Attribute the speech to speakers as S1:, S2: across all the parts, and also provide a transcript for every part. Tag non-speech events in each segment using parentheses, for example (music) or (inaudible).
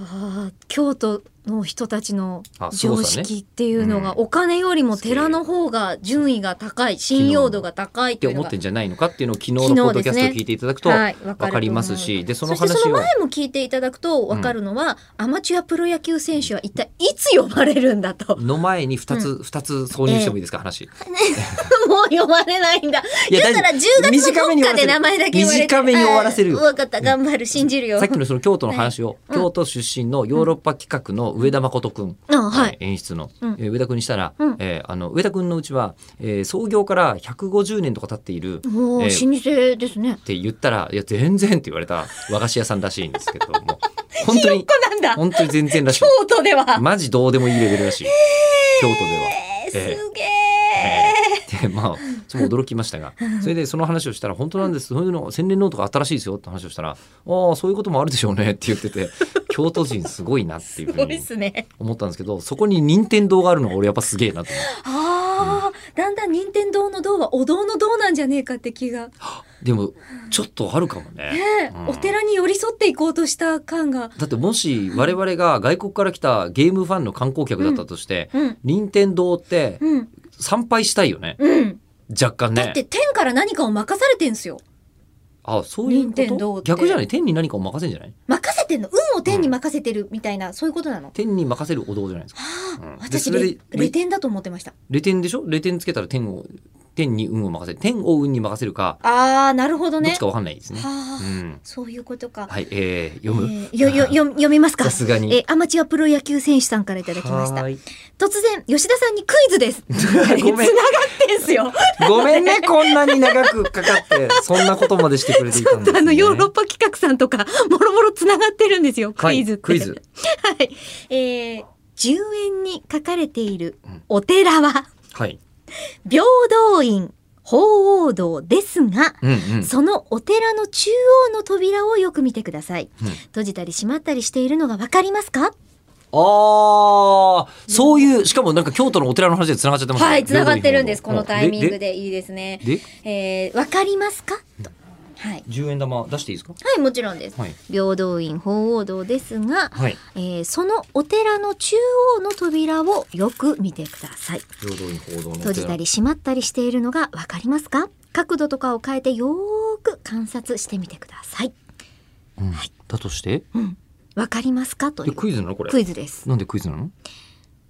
S1: あー京都の人たちの
S2: あすご
S1: 常
S2: さね
S1: 識っていうのが、
S2: うん
S1: お金よりも寺の方が順位が高い信用度が高いっ
S2: ってて
S1: いうの
S2: 思っ
S1: が
S2: てんじゃないのかっていうのを昨日のポッドキャストを聞いていただくと
S1: はい
S2: 分かりますし、
S1: わかると思う
S2: でそ
S1: そ
S2: の
S1: して
S2: 話
S1: その
S2: を
S1: 前も聞いていただくと分かるのは、アマチュアプロ野球選手は一体いつ呼ばれるんだとも
S2: の前に2つ、二つ挿入してもいいですか話、
S1: う呼ばれないんだ
S2: いや
S1: だから10月のどっかで名前だけ言われて
S2: 短めに終わらせるよ
S1: 分かった頑張る信じるよ
S2: さっきのその京都の話を、
S1: うん
S2: 京都出身のヨーロッパ企画の上田誠君、ん
S1: あはい
S2: 演出の、
S1: うん
S2: えー上田君にしたら、
S1: うん
S2: えーあの上田君のうちは、えー創業から150年とか経っているっ
S1: もう老
S2: え
S1: 舗ですね、
S2: て言ったら「いや全然」って言われた和菓子屋さんらしいんですけども本当に
S1: なんだ
S2: 本当に全然らしい
S1: 京都では、
S2: マジどうでもいいレベルらしい京都では。
S1: えー
S2: え
S1: す
S2: え
S1: げ
S2: でまあそれも驚きましたがそれでその話をしたら「本当なんですそういうの洗練ノートが新しいですよ」って話をしたら「ああそういうこともあるでしょうね」って言っ
S1: (laughs)
S2: てて京都人すごいなっていう
S1: ーす
S2: ふ
S1: ご
S2: う
S1: いで
S2: に
S1: すね
S2: 思ったんですけどそこに任天堂があるのが俺やっぱすげえなと思う
S1: あー、だんだん任天堂の堂はお堂の堂なんじゃねえかって気が、ね
S2: でもちょっとあるかもね。
S1: え
S2: うん
S1: お寺に寄り添っていこうとした感が
S2: だってもし我々が外国から来たゲームファンの観光客だったとして、
S1: うん
S2: 任天堂って
S1: うん
S2: 参拝したいよね
S1: うん、
S2: 若干
S1: だっ
S2: ね
S1: て天から何かを任されてんすよ
S2: あそういう
S1: 任
S2: こ
S1: 天堂
S2: と
S1: って
S2: 逆じゃない天に何かを任せんじゃない
S1: 任せてんの運を天に任せてるみたいな、そういうことなの
S2: 天に任せるお堂じゃないですか。
S1: はあ、
S2: うんで
S1: 私
S2: それ
S1: レ
S2: で
S1: レ天だと思ってました
S2: レ点でしょレ点つけたら天を天に運を任せる天を運に任せるか、
S1: あーなるほど
S2: どっ
S1: ね
S2: ちかわかんないですね。
S1: はあ、
S2: うん、
S1: そういうことか、
S2: はい、えー、読む。
S1: えーよよよ読みますか
S2: さすがに
S1: えーアマチュアプロ野球選手さんからいただきました
S2: はーい
S1: 突然吉田さんにクイズです
S2: (laughs) ごめ
S1: (laughs) 繋がっ
S2: ん
S1: てんすよ
S2: ごめんね (laughs) こんなに長くかかってそんなことまでしてくれてい
S1: ちょ
S2: たん
S1: っ (laughs)
S2: で
S1: と
S2: す、ね、
S1: あのヨーロッパ企画さんとかもろもろつながってるんですよクイズって、
S2: はいクイズ
S1: (laughs) はいえー、10円に書かれている
S2: うん
S1: お寺は
S2: はい
S1: 平等院法王堂ですが
S2: うんうん
S1: そのお寺の中央の扉をよく見てください、
S2: うん
S1: 閉じたり閉まったりしているのがわかりますか
S2: ああそういうしかもなんか京都のお寺の話で繋がっちゃってますね
S1: はい繋がってるんですこのタイミング
S2: で
S1: でいいですね
S2: でで
S1: えーわかりますかとはい
S2: 10円玉出していいですか
S1: はいもちろんです
S2: はい
S1: 平等院法王堂ですが、
S2: はい
S1: えーそのお寺の中央の扉をよく見てください
S2: 平等院報道のお
S1: 閉じた
S2: 寺
S1: り閉まったりしているのがわかりますか角度とかを変えてよーく観察してみてください
S2: うんだとして
S1: うんわかりますかとい
S2: で
S1: う
S2: クイズなのこれ
S1: クイズです
S2: なんでクイズなの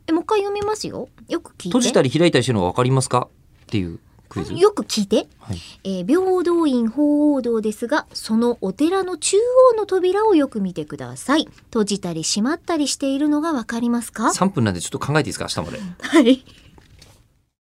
S1: えもう一回読みますよよく聞いて
S2: 閉じたり開いたりしてるのが分かりますかっていうクイズ
S1: よく聞いて、
S2: はい
S1: えー平等院鳳凰堂ですがそのお寺の中央の扉をよく見てください閉じたり閉まったりしているのがわかりますか
S2: 3分なんでちょっと考えていいですか明日まで
S1: はい